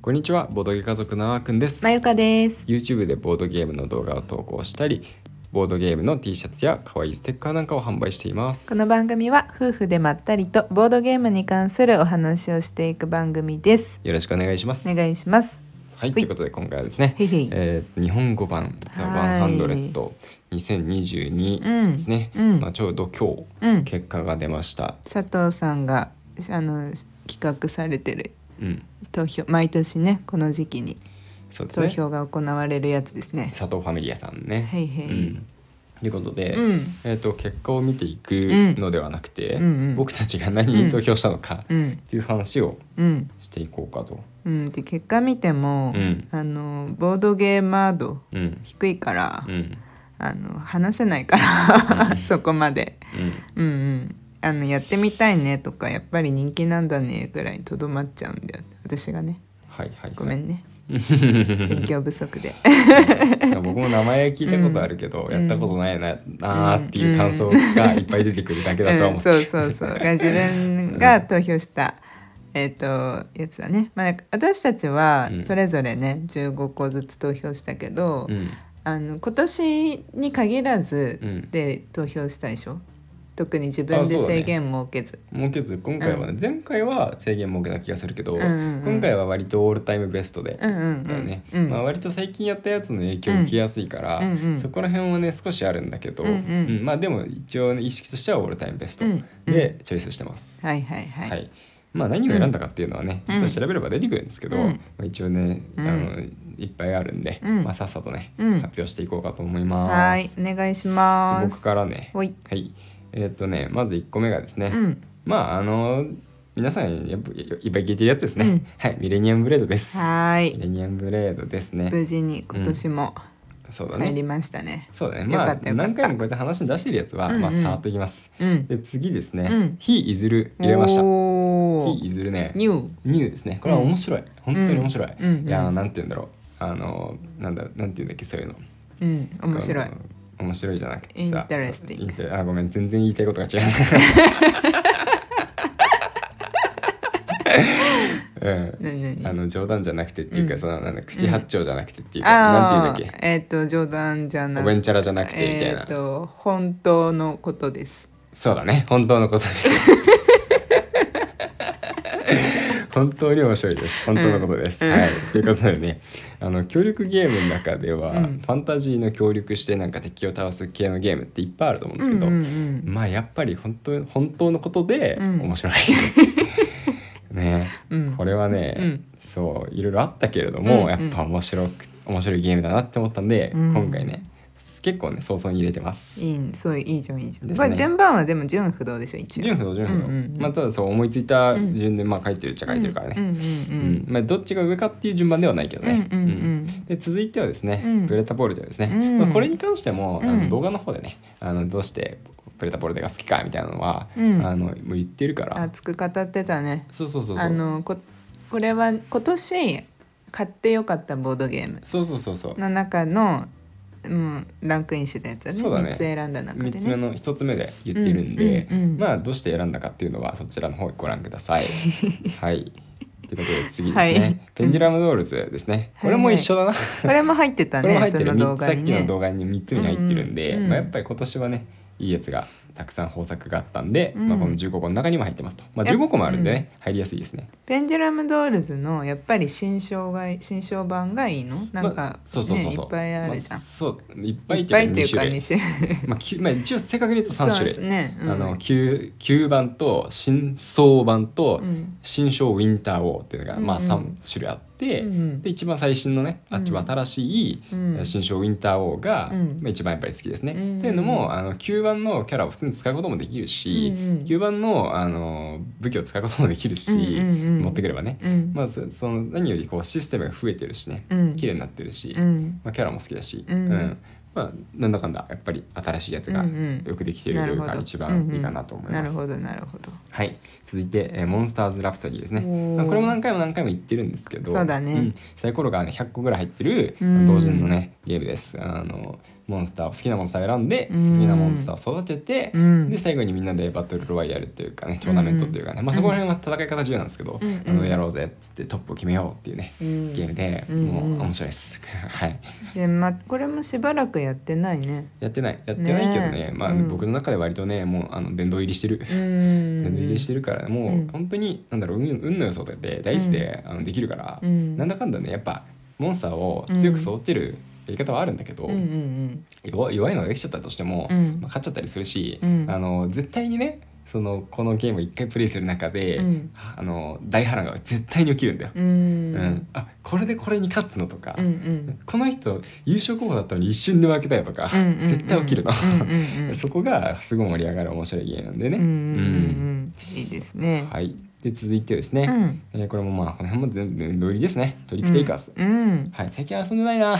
こんにちはボードゲ家族のあーくんですまゆかです。 YouTube でボードゲームの動画を投稿したりボードゲームの T シャツや可愛いステッカーなんかを販売していますこの番組は夫婦でまったりとボードゲームに関するお話をしていく番組です。よろしくお願いしますお願いします。はいいということで今回はですねへいへいえー日本語版「はい THE1002022」うんですね、うんまあ、ちょうど今うん日。結果が出ました、佐藤さんがあの企画されてるうん、投票毎年ねこの時期にそうです投ね票が行われるやつですね。佐藤ファミリアさんね。はいはいうんということで、うんえー、と結果を見ていくんのではなくて、うんうん僕たちが何に投票したのかうっんていう話をうんしていこうかと。うんで結果見ても、うんあのボードゲーマー度うん低いから、うんうんあの話せないから、そこまで。うんうんあのやってみたいねとかやっぱり人気なんだねぐらいにとどまっちゃうんだよ私がねはいはいはい、ごめんね勉強不足でいや僕も名前聞いたことあるけど、やったことないななーっていう感想がいっぱい出てくるだけだとはうん思って、そうそうそうが自分が投票した、えっ、とやつだね、まあ、私たちはうんそれぞれね15個ずつ投票したけど、うんあの今年に限らずうんで投票したでしょ特に自あ分そうでだね制限設けずもう一つ今回はね、前回は制限設けた気がするけど、うんうんうん今回は割とオールタイムベストで、うんうんだよね、うんうんまあ、割と最近やったやつの影響を受けやすいから、うんうんうんそこら辺はね少しあるんだけど、うんうんうんまあでも一応、ね、意識としてはオールタイムベストうんうんでチョイスしてます。はいはいはい、はいまあ、何を選んだかっていうのはね、うん実は調べれば出てくるんですけど、うんまあ、一応ねあうんのいっぱいあるんで、うんまあ、さっさとね、うん発表していこうかと思います。はいお願いしまです僕からね、ほいはいえーっとねまず1個目がですね、うんまああの皆さんやっぱいっぱい聞いてるやつですね、うんはいミレニアムブレードです。はーミいレニアムブレードですね。無事に今年もそうだ入りね。ましたねそうだね。よかまあったよかった何回もこうやって話に出してるやつは、うんうんまあさーっといきます。うんで次ですね。うん非いずる入れました。お非ーいずるね。ニューニューですね。これは面白い。本当に面白い。うんうんいやーなんて言うんだろう。あのーなんだろうなんて言うんだっけそういうの。うん面白いあのー。面白いじゃなくてさ。 Interesting インテレあごめん全然言いたいことが違 う。うん。何何あの冗談じゃなくてっていうか、うんそのなんだ口八丁じゃなくてっていうか、なあんていうんだっーえっと冗談じゃけなおべくんちゃらじゃなくてみたいえな、っと本当のことですそうだね本当のことです 本当に面白いです本当のことです、うんはいということでねあの協力ゲームの中では、うんファンタジーの協力してなんか敵を倒す系のゲームっていっぱいあると思うんうでんすけど、うんうんまあやっぱり本当本当のことでうん面 白い、ねうんこれはね、うんそういろいろあったけれども、うんやっぱ面白く面白いゲームだなって思ったんで、うん今回ね結構ね早々に入れてます。いいそういいじゃんいいじゃん、ですねこれ順番はでも順不動でしょ一応順不動順不動、うんうんうんまあただそう思いついた順で、まあ書いてるっちゃ書いてるからうんね、ううんんまあ、どっちが上かっていう順番ではないけどね。うんうんうんで続いてはですね、うんブレタポルテですね、うんまあ、これに関しても、あうのん動画の方でねあのどうしてブレタポルテが好きかみたいなのは、うんあのもう言ってるから熱く語ってたねそうそうそうそうあのここれは今年買ってよかったボードゲームそうそうそうそうの中の、うん、ランクインしてたやつだねそうだね3つ選んだ中で3つ目ね。の1つ目で言ってるんで、うんうんうんまあどうして選んだかっていうのはそちらの方ご覧くだ さい。はいということで次ですね、はいペンデュラムドールズですね、はこいれも一緒だな、これも入って たこれも入ねっそてる、三の動つさ画っにきのね。動画に3つに入ってるんで、うんうんまあ、やっぱり今年はねいいやつがたくさん豊作があったんで、うんまあ、この15個の中にも入ってますと、まあ、やっ15個もあるんでね、入りやすいですね。ペンデュラムドールズのやっぱり新章が新章版がいいのなんまあか、そうそうそうねいそうっぱいあるじゃんま。そういっぱいいっってぱいいうっか2ていうか種類2種 類。まあきゅまあ、一応正確に言うと3そう種で類す。ね。うんあの旧旧版と新装版とうん新装ウィンターウォーっていうのが、うんうんまあ3種類あって、うんうんで一番最新のねあっちも新しいうん新装ウィンターウォーが、うんまあ、一番やっぱり好きですね。うんというのもあの旧版のキャラを普通に使うこともできるし、うんうん旧版のあの武器を使うこともできるし、うんうんうん持ってくればね、うんまあ、そその何よりこうシステムが増えてるしねうん綺麗になってるし、うんまあ、キャラも好きだし、うんまあ、なんだかんだやっぱり新しいやつがうんうんよくできてるなといるうほか、ど一番いいかなと思います。うんうんなるほどなるほど。はい、続いて、えーモンスターズ・ラプソディ」ですね、おーまあ、これも何回も何回も言ってるんですけどそうだねんサイコロが、ね、100個ぐらい入ってるうん同人のねゲームですあのモンスターを好きなモンスターを選んで好うきんなモンスターを育てて、うんで最後にみんなでバトルロワイヤルっていうかねトーナメントっていうかね、まあ、そこら辺は戦い方自由なんですけど、うんあのやろうぜっつってトップを決めようっていうね、うんゲームで、うんもう面白いです はいでまこれもしばらくやってないねやってないやってないけどねねえまあ、うん僕の中で割とねもうあの殿堂入りしてるうんうん殿堂入りしてるからもううん本当になんだろう運運の予想でダイスで、あのできるから、うんなんだかんだねやっぱモンスターを強く育てるやり方はあるんだけど、うんうん弱弱いのができちゃったとしても、うんまあ、勝っちゃったりするし、うんあの絶対にねそのこのゲームを一回プレイする中で、うんあの大波乱が絶対に起きるんだよ。ううんんあこれでこれに勝つのとか、うんうんこの人優勝候補だったのに一瞬で負けたよとか、うんうんうん絶対起きるの。うんうんう んそこがすごい盛り上がる面白いゲームなんでね。うんうんうんうんいいですうんね。はい、で続いてですね、うんえーこれもまあこの辺も全部乗りですねトリックテイカーズ、うん、はい最近遊んでないな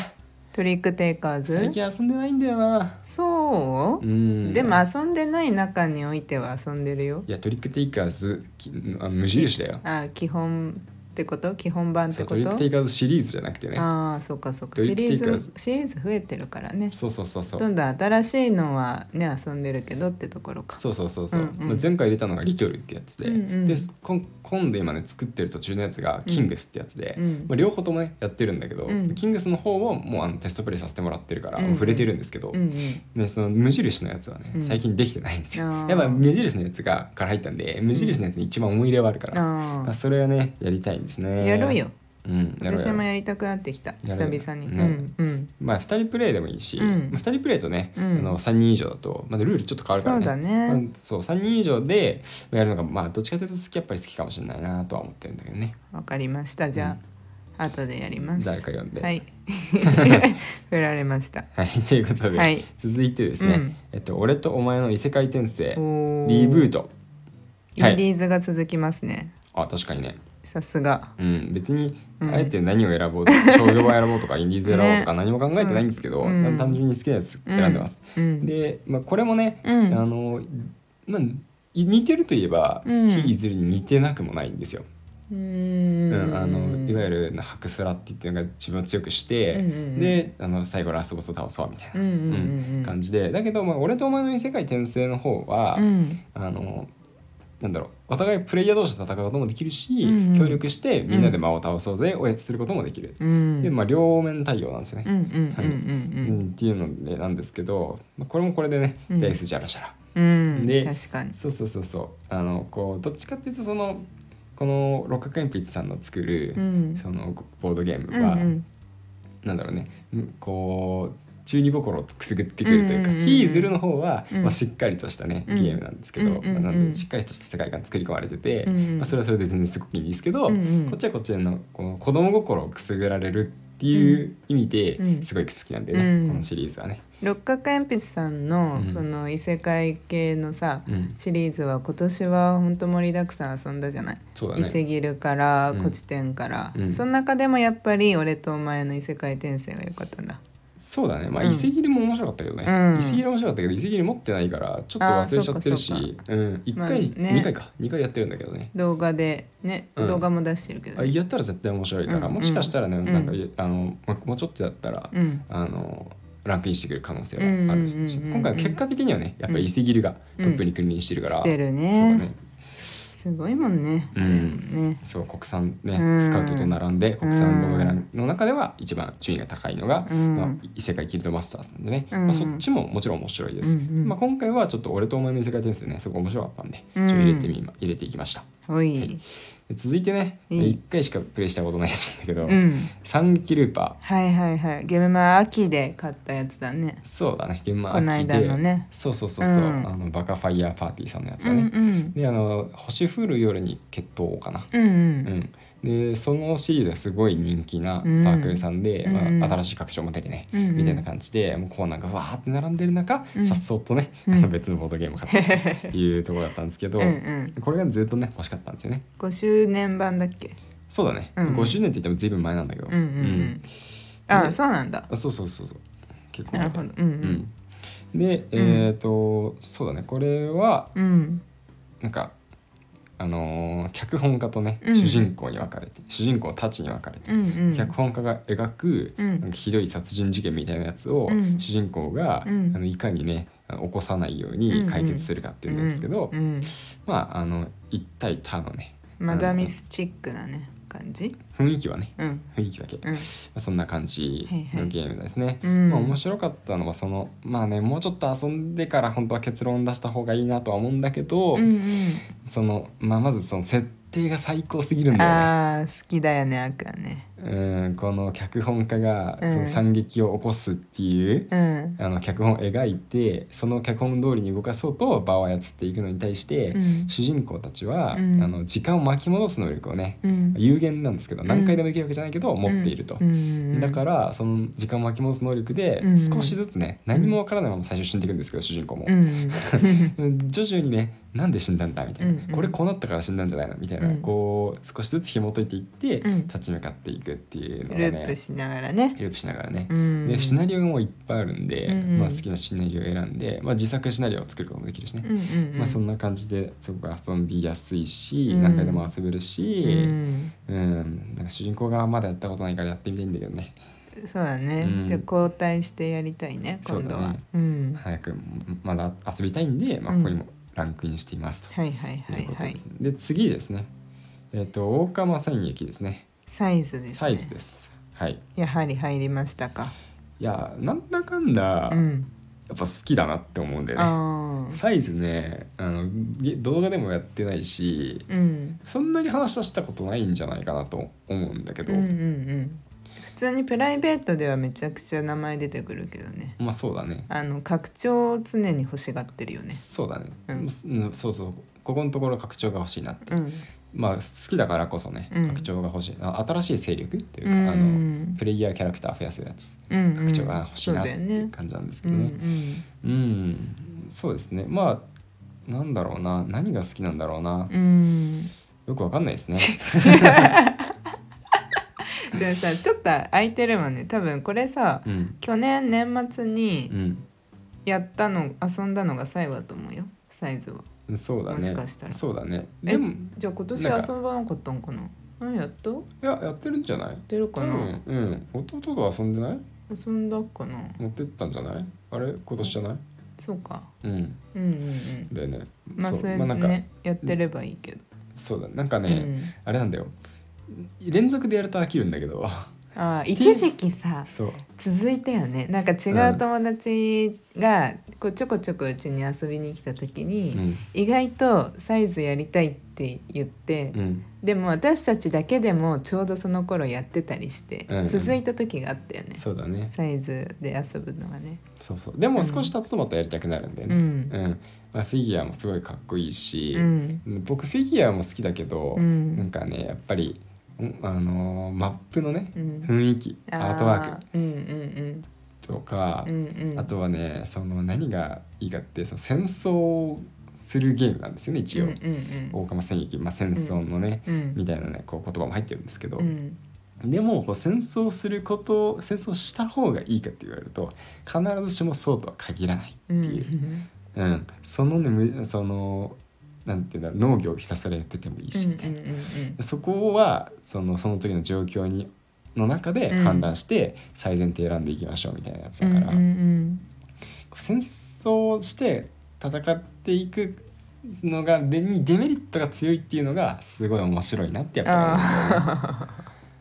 トリックテイカーズ最近遊んでないんだよなそうう、んでも遊んでない中においては遊んでるよいやトリックテイカーズきあ無印だよあ基本ってこと基本版っそてうこトリッとクテイカーズシリーズじゃなくてねああそうかそうかトリックシテリイーカーズズシリーズ増えてるからねそうそうそうそどうんどん新しいのはね遊んでるけどってところかそうそうそうそう、うんうんまあ、前回出たのがリトルってやつで、うんうんでこん今度今ね作ってる途中のやつがキングスってやつで、うんまあ、両方ともねやってるんだけど、うんキングスの方をもうあのテストプレイさせてもらってるから、うんもう触れてるんですけど、うんうんでその無印のやつはね、うん最近できてないんですよあーやっぱ無印のやつがから入ったんで無印のやつに一番思い入れはあるから、あまああそれはねやりたいんですねやろうようんやろう私やろもうやりたくなってきたや久ろうよ々に、ねうんうんまあ2人プレイでもいいし、うんまあ、2人プレイとね、うんあの3人以上だと、まあ、ルールちょっと変わるからねそうだねまあそう3人以上でやるのがまあどっちかというと好きやっぱり好きかもしれないなとは思ってるんだけどね わかりましたじゃあ、後でやります誰か呼んで はい振られましたはいということで、はい続いてですね、うんえっと「俺とお前の異世界転生おリブートトインはいディーズが続きますね」あ確かにねさすがうん、別にうんあえて何を選ぼうと か、商業を選ぼうとかインディーズ選ぼうとか何も考えてないんですけど、そううん単純に好きなやつ選んでます。うんで、まあ、これもね、うんあのまあ、い似てるといえば、うん非いずれに似てなくもないんですよ。ううんんあのいわゆるるハクスラって言ってなんか自分を強くして、うんうんうんであの最後ラスボスを倒そうみたいな、うんうんうんうんうん感じでだけど、まあ、俺とお前の異世界転生の方は、うんあのなんだろうお互いプレイヤー同士で戦うこともできるし、うんうん協力してみんなで魔を倒そうぜ、おやつすることもできる、うんで、まあ、両面対応なんですようんうね、んうんううんんっていうのでなんですけど、まあ、これもこれでね、うんダイスじゃらじゃらうんで確かにそうそうそうそうあのこうどっちかっていうとそのこの六角鉛筆さんの作る、うんそのボードゲームうんは、うんなんだろうねうんこう中二心をくすぐってくるというか、うんうんうんヒーズルの方は、うんまあ、しっかりとしたね、うんゲームなんですけど、うんうんうんまあなんでしっかりとした世界観作り込まれてて、うんうんまあ、それはそれで全然すごくいいんですけど、うんうんこっちはこっちのこの子供心をくすぐられるっていう意味で、うんすごい好きなんでね、うんこのシリーズはね。六角鉛筆さんのうんその異世界系のさうん、シリーズは今年は本当盛りだくさん遊んだじゃないそうだ伊ね勢ギルからうん古地点から、うんその中でもやっぱり俺とお前の異世界転生が良かったんだそうだねまあ、うん伊勢切りも面白かったけどね、うん伊勢切り面白かったけど伊勢切り持ってないからちょっと忘れちゃってるあーそしうん、1まあ回、ね2回か2回やってるんだけどね動画でね、うん動画も出してるけどあね、やったら絶対面白いから、うんもしかしたらね、うんなんかあのもうもうちょっとやったら、うんあのランクインしてくる可能性はあるし、うんうんうんうん今回は結果的にはねやっぱり伊勢切りがトップに君臨してるから、してるそうだねねすごいもんね,、うんねそう国産ね、うんスカウトと並んで国産ボードゲラの中では一番順位が高いのが、うんまあ、異世界ギルドマスターズなんでね、うんまあ、そっちももちろん面白いです、うんうんまあ、今回はちょっと俺とお前の異世界転生ねすごい面白かったんでちうょっんと入れてみ、入れていきましたほい、で続いてねいい1回しかプレイしたことないやつなんだけど、うん三撃ルーパーはいはいはいゲームマ秋で買ったやつだねそうだね現場この間のねそうそうそうそう、うんあのバカファイヤーパーティーさんのやつうだんね、うんであの「星降る夜に決闘」かな、うんううんん、でそのシリーズはすごい人気なサうんークルさんで、うんうんまあ、新しい拡張も出てね、うんうんみたいな感じでもうコーナーがわーって並んでる中うんさっそうとね、うん 別のボードゲームを買ったというところだったんですけど うんうんこれがずっとね欲しかったんですよね5周年版だっけそうだね、うんうん5周年って言ってもずいぶん前なんだけど、うんうんうん、うんあねそうなんだあそうそうそうそう結構な前るだほよどうんで、えっ、とそうだねこれはうんなんかあのー脚本家とね、うん主人公に分かれて主人公たちに分かれて、うんうん脚本家が描く、うんなんかひどい殺人事件みたいなやつを、うん主人公が、うんあのいかにねあの起こさないよううんうにん解決するかっていうんですけど、うんうんまああの一対他のねマダミスチックなね感じ雰囲気はねうん雰囲気だけ、まうんあそんな感じのゲームですね。うんまあ、面白かったのはそのまあねもうちょっと遊んでから本当は結論出した方がいいなとは思うんだけど、うんうんそのまあ、まずその設定が最高すぎるんだよね。あー好きだよねあくはねうんこの脚本家がそうんの惨劇を起こすっていう、うんあの脚本を描いてその脚本通りに動かそうと場を操っていくのに対して、うん主人公たちは、うんあの時間を巻き戻す能力をね、うん有限なんですけど何回でもいけるわけじゃないけど、持っていると。だかららその時間を巻き戻す能力でうん少しずつね、何もわからないまま最初死んでいくんですけど主人公も う、ん徐々にねなんで死んだんだみたいな、うんうんこれこうなったから死んだんじゃないのみたいな、うんこう少しずつ紐解いていって、うん立ち向かっていくっていうのがねループしながらねループしながらね、うんでシナリオがもういっぱいあるんで、うんうんまあ、好きなシナリオを選んで、まあ、自作シナリオを作ることもできるしね、うんうんうんまあ、そんな感じですごく遊びやすいし、うん何回でも遊べるし、うんうんなんか主人公がまだやったことないからやってみたいんだけどねそうだね、うんじゃあ交代してやりたいね今度そうだはねうん早くまだ遊びたいんで、まあ、うんここにもランクインしていますと。はいはいとはいういことはでいすねで次ですね。えっ、と大釜山駅ですね。サイズですねサイズです。はい。やはり入りましたかいやなんだかんだ、やうんっぱ好きだなって思うんだよね。ああサイズねあのげ動画でもやってないし。うんそんなに話し出したことないんじゃないかなと思うんだけうど、んうんうん普通にプライベートではめちゃくちゃ名前出てくるけどねまあそうだねあの拡張を常に欲しがってるよねそうだね、うんうんそうそうここのところ拡張が欲しいなってうんまあ好きだからこそねうん拡張が欲しい、あ新しい勢力っていううか、んあのプレイヤーキャラクター増やすやつうん拡張が欲しいなってそうだいようね感じなんですけうんどうね、んうん、そうですね。まあ、なんだろうな、何が好きなんだろうなう、んよくわかんないですね。 でさちょっと空いてるわね多分これさうん、去年年末にうやったの遊んだのが最後だと思うよサイズはん、そうだね。もしかしたらそうだね。えでも、いじゃあ今年遊なんかばなかったんかなうんやったやっや、やってるんじゃない。てるかうな、ん、うん、弟と遊んでない、遊んだかな持ってったんじゃない。あれ、今年じゃない。そうかうん、うんうんうんだよね。まあうそれまあ、なんか、ねやってればいいけど、そうだ、なんかうね、ん、あれなんだよ。連続でやると飽きるんだけど。あー一時期さ そう、続いたよねなんか違う友達がこうちょこちょこうちに遊びに来た時うに、ん、意外とサイズやりたいって言って、うん、でも私たちだけでもちょうどその頃やってたりして、うんうん続いた時があったよねそうだね。サイズで遊ぶのがねそうそう、でも少し経つとまたやりたくなるんだようね。んうんまあ、フィギュアもすごいかっこいいし、うん僕フィギュアも好きだけど、うんなんかねやっぱり、んあのーマップのねうん雰囲気、アートワーククうんうんとか、うんうんうんあとはねその何がいいかってその戦争をするゲームなんですよね一応。うんうん大釜戦役、まあ、戦争のね、うんみたいなねこう言葉も入ってるんですけど、うんでもこう戦争すること戦争した方がいいかって言われると必ずしもそうとは限らないってうんいううん、そのねむそのなんていうんだろう農業をひたすらやっててもいいしみたいな、うんうんうんそこはそのその時の状況にの中でうん判断して最善手選んでいきましょうみたいなやつうだんから、うんうんこう戦争して戦っていくのがでにデメリットが強いっていうのがすごい面白いなってやっぱ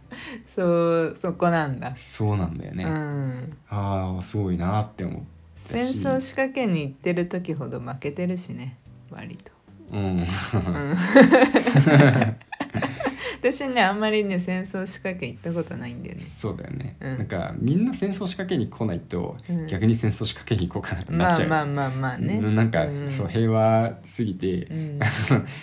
り思うんだよねあー そうそこなんだ、そうなんだよね、うあん、あすごいなって思った戦し争仕掛けに行ってる時ほど負けてるしね割と、う、うん、うん 私ねあんまりね戦争仕掛け行ったことないんだよねそうだよね、うんなんかみんな戦争仕掛けに来ないと、うん逆に戦争仕掛けに行こうかなってなまっあちゃう、まあまあまあねうんなんか、うんそう平和すぎて、うん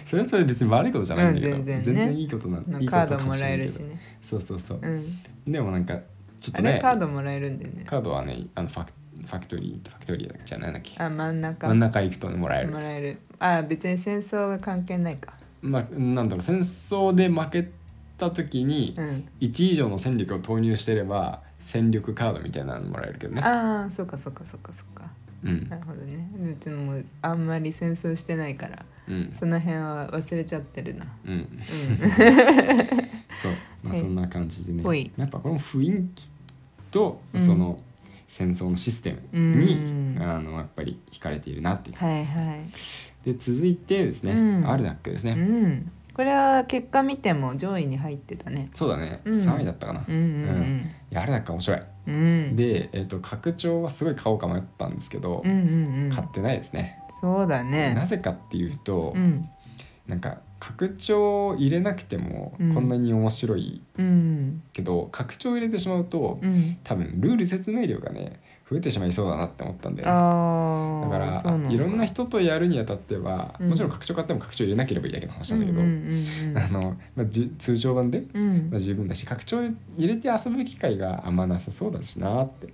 それはそれで別に悪いことじゃないんだけど、うん全然全ね然いいことなん いいことカードかもしられえなるいしけどね、そうそうそう、うん、でもなんかちょっあとれねカードもらえるんだよねカードはねあのファクファクトリーファクトリーじゃないなんだっけあ真ん中真ん中行くとねもらえるもらえるあ別に戦争が関係ないかまあなんだろう戦争で負けた時にうん1以上の戦力を投入してれば戦力カードみたいなのもらえるけどねああそうかそうかそうかそうかうんなるほどねうちもあんまり戦争してないからうんその辺は忘れちゃってるなうん うそう、まあ、はいそんな感じでね、ほいやっぱこの雰囲気とうんその戦争のシステムに、うんあのやっぱり惹かれているなっていうん感じはでいす、はでい続いてですね、うんアルダックですね、うんこれは結果見ても上位に入ってたねそうだね、うん3位だったかな、ういんやアルダックは面白い、うんうんうんで、えっと拡張はすごい買おうか迷ったんですけど、うんうんうん買ってないですね、そうだなねぜかっていうと、うんなんか拡張を入れなくてもうんこんなに面白いうんけど、拡張を入れてしまうと、うん多分ルール説明量がね増えてしまいそうだなって思ったんだよねあだあからそうのいろんな人とやるにあたっては、うんもちろん拡張買っても拡張入れなければいいだけの話なんだけど、うんうんあのまあ、じ通常版で、う んうんまあ、十分だし拡張入れて遊ぶ機会があんまなさそうだしなって、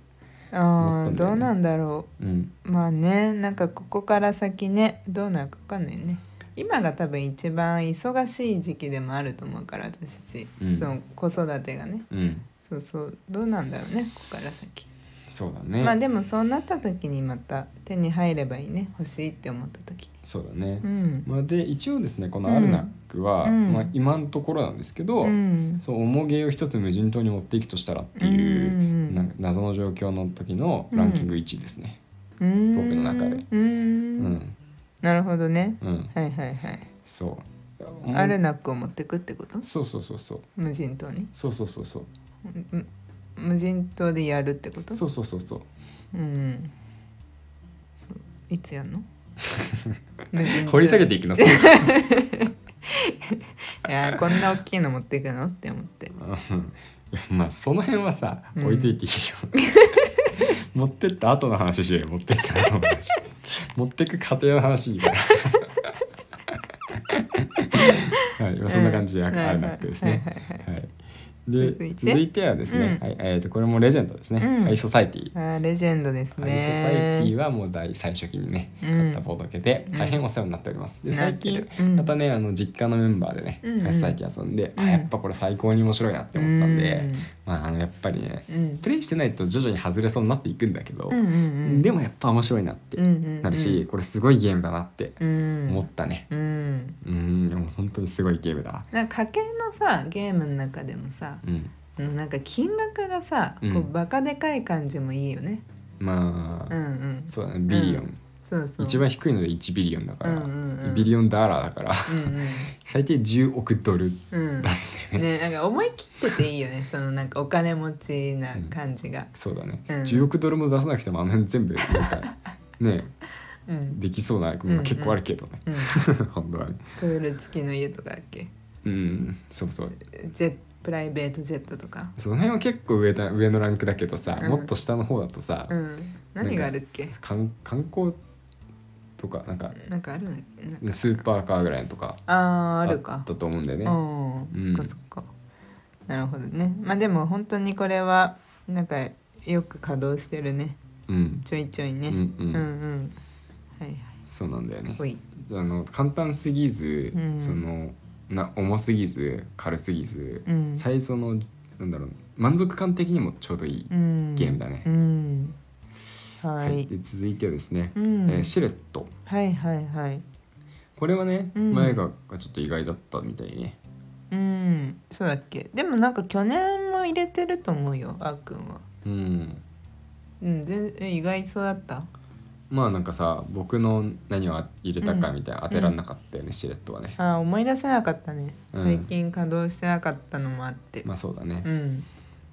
あ思ったあんだよねどうなんだろうん、うまあねなんかここから先ねどうなるかわかんないね今が多分一番忙しい時期でもあると思うから私たち、うんその子育てがねうん、そうそうどうなんだろうねここから先、そうだね、まあでもそうなった時にまた手に入ればいいね欲しいって思った時そうだねう、んまあ、で一応ですねこのアルナックは、うんまあ、今のところなんですけど、うんそう重げを一つ無人島に持っていくとしたらっていう、うんうんうんなんか謎の状況の時のランキング1位ですね。うん僕の中でううんん、なるほどねうんはいはいはいそう。アルナックを持ってくってことそうそうそうそう無人島にそうそうそうそうむ無人島でやるってことそうそうそうそううんそうい つやんの無人島掘り下げていきなさいいやーこんな大きいの持っていくのって思ってうんまあその辺はさうん置いといていいよ、持ってった後の話しようよ持ってった後の話持ってく過程の話いい からはい、まあ、そんな感じであはいるなくですねはいはいはいはいで続続いいててはですね、うんはいえー、とこれもレジェンドですね、うんハイソサイティあーレジェンドですハイソサイティねはもう大最初期にねうん買ったボードゲで大変お世話になっております、でな最ってる近うんまたねあの実家のメンバーでね、うんうんハイソサイティ遊んで、うんあやっぱこれ最高に面白いなって思ったんで、まああのやっぱりねうんうんプレイしてないと徐々に外れそうになっていくんだけど、うんうんうんでもやっぱ面白いなってうんうんうんなるし、これすごいゲームだなってうん思ったねうんうんでも本当にすごいゲームだわなんか家計のさゲームの中でもさうんあのなんか金額がさ、うんこうバカでかい感じもいいよねまうあ、んうんそうだねビリオン、そうそう一番低いので1ビリオンだから、うんうんうんビリオンダーラーだからうん最低10億ドルうん、うん出すんだよね、 ねなんか思い切ってていいよねそのなんかお金持ちな感じが、そうだね、うん10億ドルも出さなくてもあの辺全 部なんかねうんできそうなもの結構あるけどね、うん 本当はねプール付きの家とかだっけうんそうそうジェプライベートジェットとか、その辺は結構上だ上のランクだけどさ、うんもっと下の方だとさ、うん、何があるっけ観観光とかなんかなんかあるのなんかスーパーカーぐらいのとかあーああっるかたと思うんだよね。おーうんそっかそっか、なるほどねまあでも本当にこれはなんかよく稼働してるねうん、ちょいちょいね、うんうんうんうんはいはいそうなんだよねほ。いあの簡単すぎず、うんそのな重すぎず軽すぎず、うん最初のなんだろう満足感的にもちょうどいい。うんゲームだねうんははいい、で続いてはですね、うんえーシレットはいはいはいこれはね、うん前がちょっと意外だったみたいね。うんそうだっけでもなんか去年も入れてると思うよあーくんはうんうん全然意外そうだったまあなんかさ僕の何を入れたかみたいなうん当てらんなかったよね、シレットはねあー思い出せなかったねうん最近稼働してなかったのもあってまあそうだねう、ん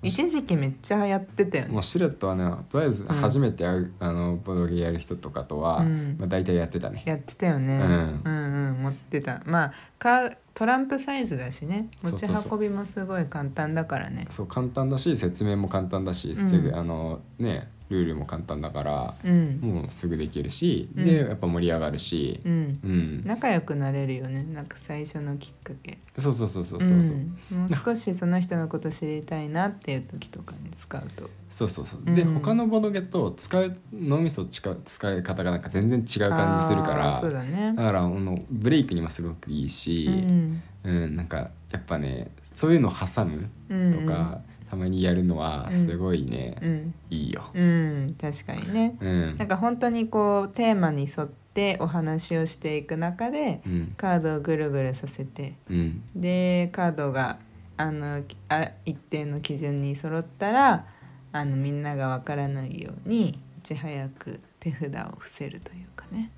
一時期めっちゃ流行ってたよもねうシレットはねとりあえず初めて会う、あのボードゲーやる人とかとは、うんまあ、大体やってたねやってたよね、うんうんうん持ってたまあかトランプサイズだしね持ちそうそうそう運びもすごい簡単だからねそう簡単だし説明も簡単だしんすぐ、あのねルールも簡単だからうんもうすぐできるし、うんでやっぱ盛り上がるしう、んうん仲良くなれるよねなんか最初のきっかけそうそうそうそうそうそう、うんもう少しその人のこと知りたいなっていう時とかに使うとそうそうそううんで他のボードゲと使う脳みそ使う使い方がなんか全然違う感じするからあーそうだねだからあのブレイクにもすごくいいし、うんうんなんかやっぱねそういうの挟むうんとか、たまにやるのはすごいね、うんいいよ。うん確かにねうんなんか本当にこうテーマに沿っってお話をしていく中でうんカードをぐるぐるさせてうんでカードがあのきあ一定の基準に揃ったらあのみんながわからないようにいち早く手札を伏せるというかね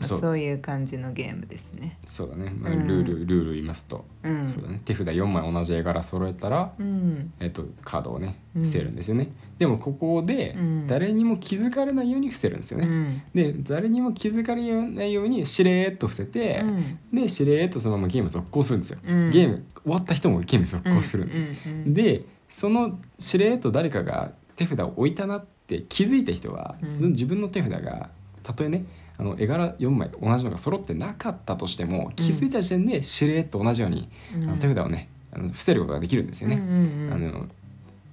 そそうういう感じのゲームですね。そうだね、まあうんルールルール言いますと、うんそうだね、手札4枚同じ絵柄揃えたら、うんえっと、カードをねうん伏せるんですよね、でもここでうん誰にも気づかれないように伏せるんですようね、んで誰にも気づかれないようにしれーっと伏せて、うんでしれーっとそのままゲーム続行するんですよ、うんゲーム終わった人もゲーム続行するんですよ、ううんでそのしれーっと誰かが手札を置いたなって気づいた人は、うんその自分の手札がたとえねあの絵柄4枚同じのが揃ってなかったとしても気づいた時点でしれーっと同じように、うんあの手札をねあの伏せることができるんですよね、うんうんあの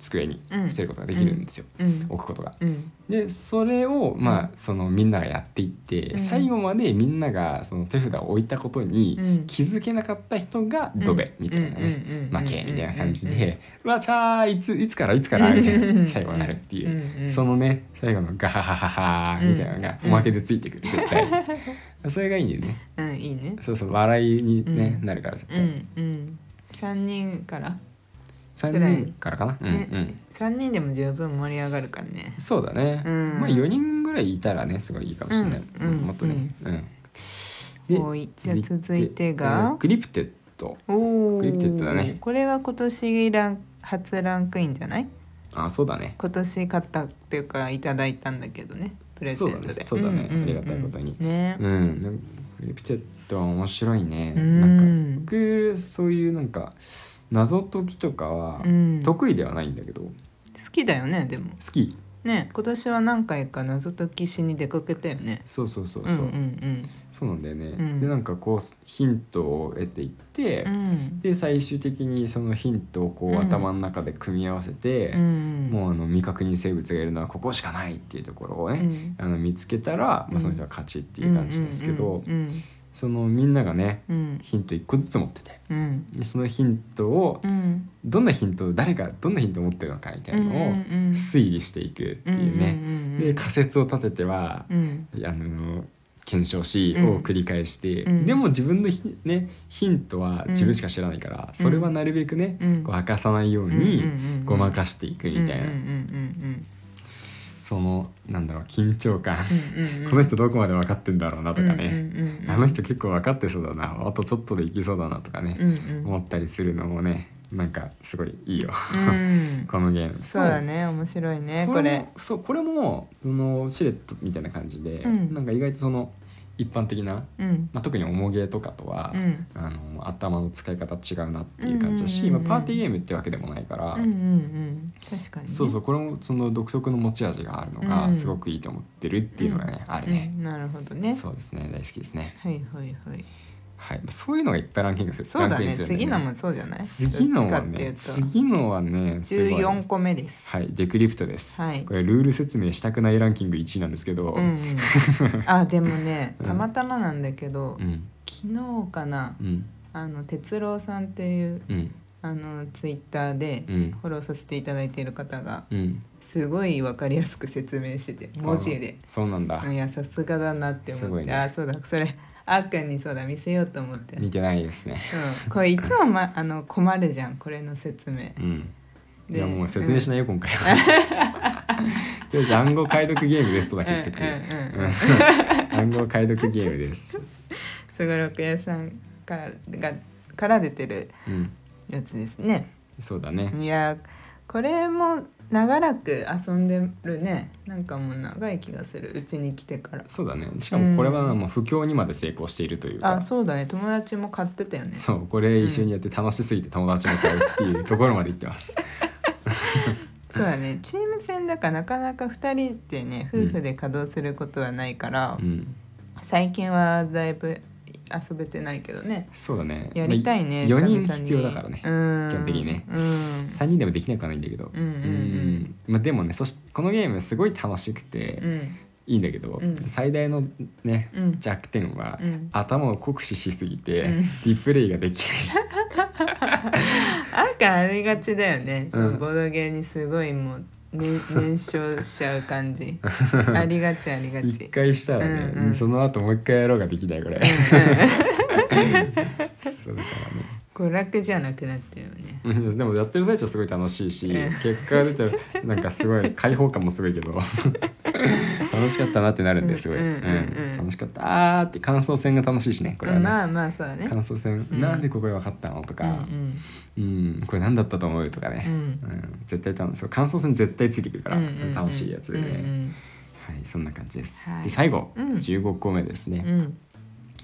机にうん伏せることができるんですよ、うん置くことが。うんでそれをまあそのみんながやっていって、うん最後までみんながその手札を置いたことにうん気づけなかった人がドベみたいなね、うんうんうん負けみたいな感じで「うわちゃーいついつからいつから」みたいな最後になるっていう、うんうんそのね最後の「ガハハハハ」みたいなのがおまけでついてくる絶対 それがいいんだよねうんいいねそうそう笑いに、ねうんなるから絶う対、んうん三人から三ぐらい人からかな、うんねうん三人でも十分盛り上がるからねそうだね、うんまあ4人ぐらいいたらねすごいいいかもしれない、うんうんもっとね、うんおいじゃあ続いてがえークリプテッドおおクリプテッドだねこれは今年ラン初ランクインじゃないあそうだね今年買ったっていうかいただいたんだけどねプレゼントでそうだねそうだねんんんありがたいことにねうんでもクリプテッドは面白いね、うんなんか僕そういうなんか謎解きとかはうん好得意ではないんだけど好きだよねでもきね今年は何回か謎解きしに出かけたよねそうそうそうそう、うんそうなんだよね、うんでなんかこうヒントを得ていって、うんうんで最終的にそのヒントをこうんう頭の中で組み合わせて、うんもうあの未確認生物がいるのはここしかないっていうところをね、うんあの見つけたら、うまあ、んその人は勝ちっていう感じですけど、うんそのみんながねうんヒント1個ずつ持っててうんうんでそのヒントをうんどんなヒントを誰がどんなヒントを持ってるのかみたいなのをうん推理していくっていうね。で仮説を立てては、うんあの検証しうんを繰り返して、うんでも自分のひ、ね、ヒントは自分しか知らないから、それはなるべくね、うんこう明かさないよううにんうんうんごまかしていくみたいな、うんうんそのなんだろう緊張感、うんうんうんうんうんこの人どこまで分かってんだろうなとかうんね、うんうんあの人結構分かってそうだなあとちょっとでいきそうだなとかね、うんうん思ったりするのもねなんかすごいいいよ、 うんこのゲームそうだね面白いねここれれもそうこれもそのシレットみたいな感じで、うんなんか意外とその一般的な、うんまあ、特に重ゲーとかとは、うんあの頭の使い方違うなっていう感じだし、うんうんうんうんまあ、パーティーゲームってわけでもないから、うんうんうん確かにねそうそうこれもその独特の持ち味があるのうがんすごくいいと思ってるっていうのがね、あるねう、んなるほどねそうですね大好きですねはいはいはいはいまあそういうのがいっぱいランキングするそうだねランクインするん次よのもそうじゃない次のどっはちかっていねうと次のはねすごい14個目ですはいデクリプトです、はいこれルール説明したくないランキング1位なんですけどうん うんあでもねうんたまたまなんだけどうん昨日かなうんあの哲郎さんっていううんあのツイッターでうんフォローさせていただいている方がうんすごい分かりやすく説明してて文字であそうなんだ、いやさすがだなってす思ごいって、ねあそうだそれあっくんにそうだ見せようと思って、う見ん、てないですねこれいつも、ま、あの困るじゃんこれの説明うんでじゃあもう説明しないよ、今回は とりあえず暗号解読ゲームですとだけ言ってくるうんうんうん 暗号解読ゲームですすごろく屋さんからがから出てるうんやつですねそうだねいやこれも長らく遊んでるねなんかもう長い気がするうちに来てからそうだねしかもこれはもう不況にまで成功しているというか、あそうだね友達も買ってたよねそうこれ一緒にやって楽しすぎて友達も買うっていうところまで行ってます。そうだねチーム戦だからなかなか2人ってね夫婦で稼働することはないから、うん、最近はだいぶ遊べてないけどねそうだね。やりたいね、まあ、4人久々に必要だからねう。ん基本的にねうん3人でもできなくはないんだけど。うんうんうんまあでもね、そしこのゲームすごい楽しくてうんいいんだけど、うん最大のねうん弱点は、うん頭を酷使しすぎて、うんリプレイがで きない。なんかありがちだよね、うんそのボードゲーにすごいもうね、燃焼しちゃう感じ ありがちありが一ち回したらね、うんうんその後もう一回やろうができないこれそうだか娯楽じゃなくなってるよねらねうんでもやってる最中はすごい楽しいし、うん結果が出てなんかすご い開放感もすごいけど楽しかったなってなるんですごい、うんうんうんうん楽しかったーって感想戦が楽しいしねこれはね、まあまあそうだね感想戦、うんなんでここで分かったのとうんうか、んうんこれ何だったと思うとかね、ううんん絶対楽しいそう感想戦絶対ついてくるから、うんうんうん楽しいやつでね、うんはいそんな感じです、はいで最後、うん15個目ですね、うん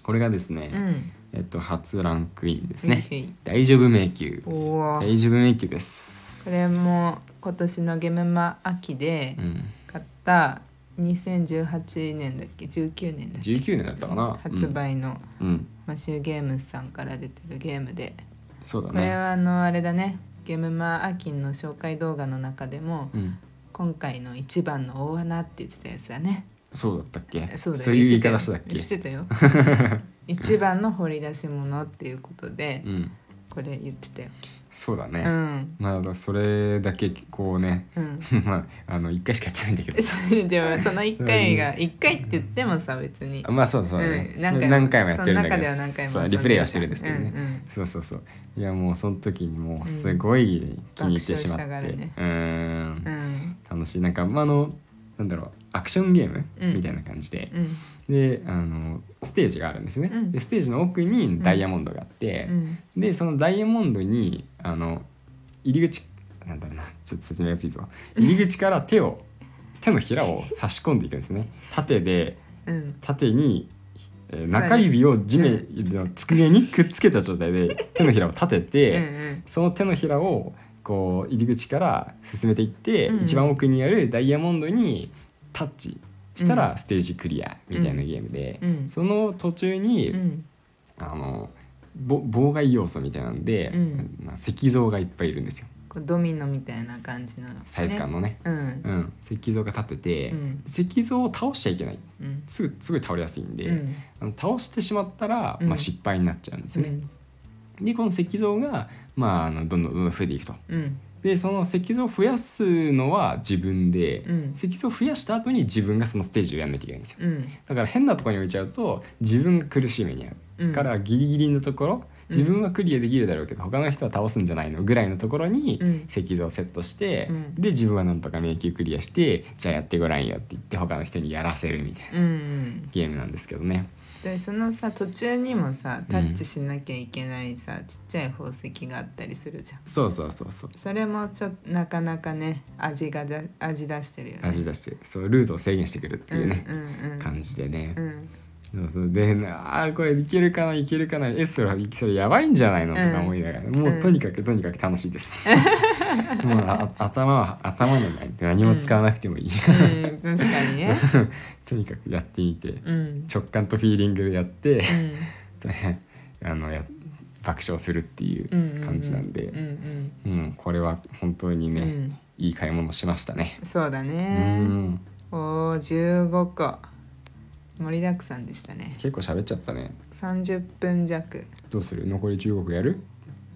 これがですね、うんえっと初ランクインですふいねふい大丈夫迷宮おおこ大丈夫迷宮ですれも今年のゲムマ秋でうん買った2018年だっけ19年だっけ19年だったかな発売のうん、うんマシューゲームズさんから出てるゲームでそうだこれねはあのあれだねゲームマアキンの紹介動画の中でもうん今回の一番の大穴って言ってたやつだねそうだったっけそうだよいう言い言ってたよ方したっけ言ってたよ 一番の掘り出し物っていうことでうんこれ言ってたよそうだね、うんまあそれだけこうね うん まああの1回しかやってないんだけどそれでもその1回が1回って言ってもさ別にまあそうだそうだね、 うん何回も何回もやってるんだけどその中では何回もそう遊んでリるプレイはしてるんですけどね、うんうんそうそうそういやもうその時にもうすごい気に入ってしまって、爆笑したうーんうん楽しいなんかまああのなんだろうアクションゲーム、うんみたいな感じで、うんであのステージがあるんですよね、うんでステージの奥にダイヤモンドがあってう、んでそのダイヤモンドにあの入り口なんだろうなちょっと説明がついぞ入り口から手を手のひらを差し込んでいくんですね縦でうん縦に、えー中指を地面の机にくっつけた状態で手のひらを立てて、うんその手のひらをこう入り口から進めていって、うん一番奥にあるダイヤモンドにタッチしたらステージクリアみたいなゲームで、うんその途中に、うんあのぼ妨害要素みたいなんで、うんまあ石像がいっぱいいるんですよこうドミノみたいな感じのサイズ感ののね。うんうん、石像が立ってて、うん石像を倒しちゃいけないうんすぐすごい倒れやすいんで、うんあの倒してしまったら、うんまあ、失敗になっちゃうんですね。でこの石像が、まあ、あのどんどんどんどん増えていくと。うんでその石像を増やすのは自分で、うん石像を増やした後に自分がそのステージをやんなきゃいけないんですよ。うんだから変なところに置いちゃうと自分が苦しい目に遭う、うんからギリギリのところ自分はクリアできるだろうけど、他の人は倒すんじゃないのぐらいのところにうん石像をセットして、うんで自分はなんとか迷宮クリアしてじゃあやってごらんよって言って他の人にやらせるみたいなうんゲームなんですけどね。でそのさ途中にもさタッチしなきゃいけないさ、ちっちゃい宝石があったりするじゃんそうそうそうそうそれもちょっとなかなかね味がだ味出してるよね味出してそうルートを制限してくるっていうね、うんうんうん感じでね。うんそうそうでなあーこれいけるかないけるかなえそれそれやばいんじゃないのとか思いながら、もうとにかくとにかく楽しいです もうあ頭は頭のない何も使わなくてもいい、うん確か にねとにかくやってみてうん直感とフィーリングでやって う、んあのや爆笑するっていうんうう感じなんで、うんうんうんこれは本当にうね、んいい買い物しましたね、そうだうねんおお15個盛りだくさんでしたね結構喋っちゃったね30分弱どうする残り中国やる、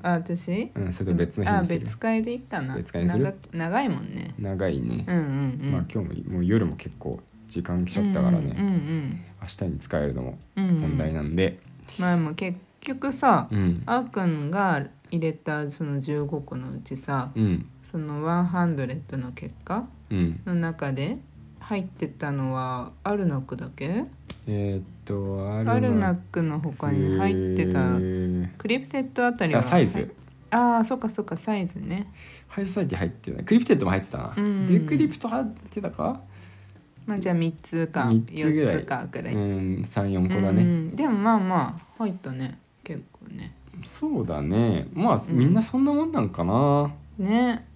あ私うん、それと別の日あにする別会でいいかな別会にする長長いもんね長いね、うんうんうんまあ今日ももう夜も結構時間来ちゃったからね、うんうん明日に使えるのもうんうん問題なんで、まあでも結局さ、うん、あーくんが入れたその15個のうちさうん、その100の結果うん、の中で入ってたのはアルナックだけえーっとアアルナッックのク他に入ってたえクリプテッドあたーりはあサイズああそっかそっかサイズねハイソサイティ入ってないクリプテッドも入ってたな、うんデクリプト入ってたかまあじゃあ3つか三つぐらい4つかぐうらい、ん34個だね、うんでもまあまあ入ったね結構ねそうだねまあ、うんみんなそんなもんなんかなね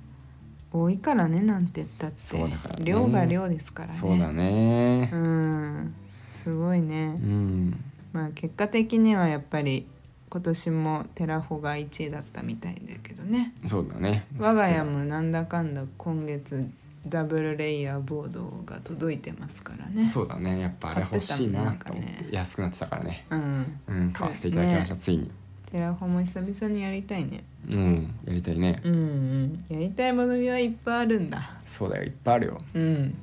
多いからねなんて言ったってそうだからね量が量ですからねそうだねうんすごいね、うん、まあ結果的にはやっぱり今年もテラフォが1位だったみたいだけどねそうだね我が家もなんだかんだ今月ダブルレイヤーボードが届いてますからねそうだねやっぱあれ欲しいなと思っ買ってたもんなんかてね安くなってたからねうんうん、買わせていただきました、ついに。テラフォーも久々にやりたいねうんやりたいね、うんうんやりたい学びはいっぱいあるんだそうだよいっぱいあるようん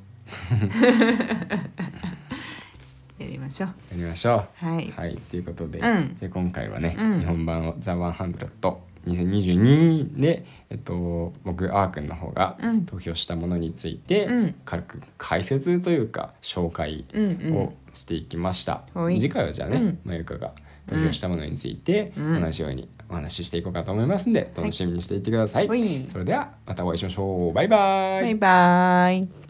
やりましょうやりましょはうい、はいということで、うんじゃあ今回はね、うん日本版「ザ・ワンハンドレット2022で、えっと、僕あーくんの方がうん投票したものについて、うん軽く解説というか紹介うんうんをしていきました、ほい次回はじゃあね、うんまゆかが投票したものについて、うん同じようにお話ししていこうかと思いますんで楽しみにしていてください、ほいそれではまたお会いしましょうバイバイバイバイ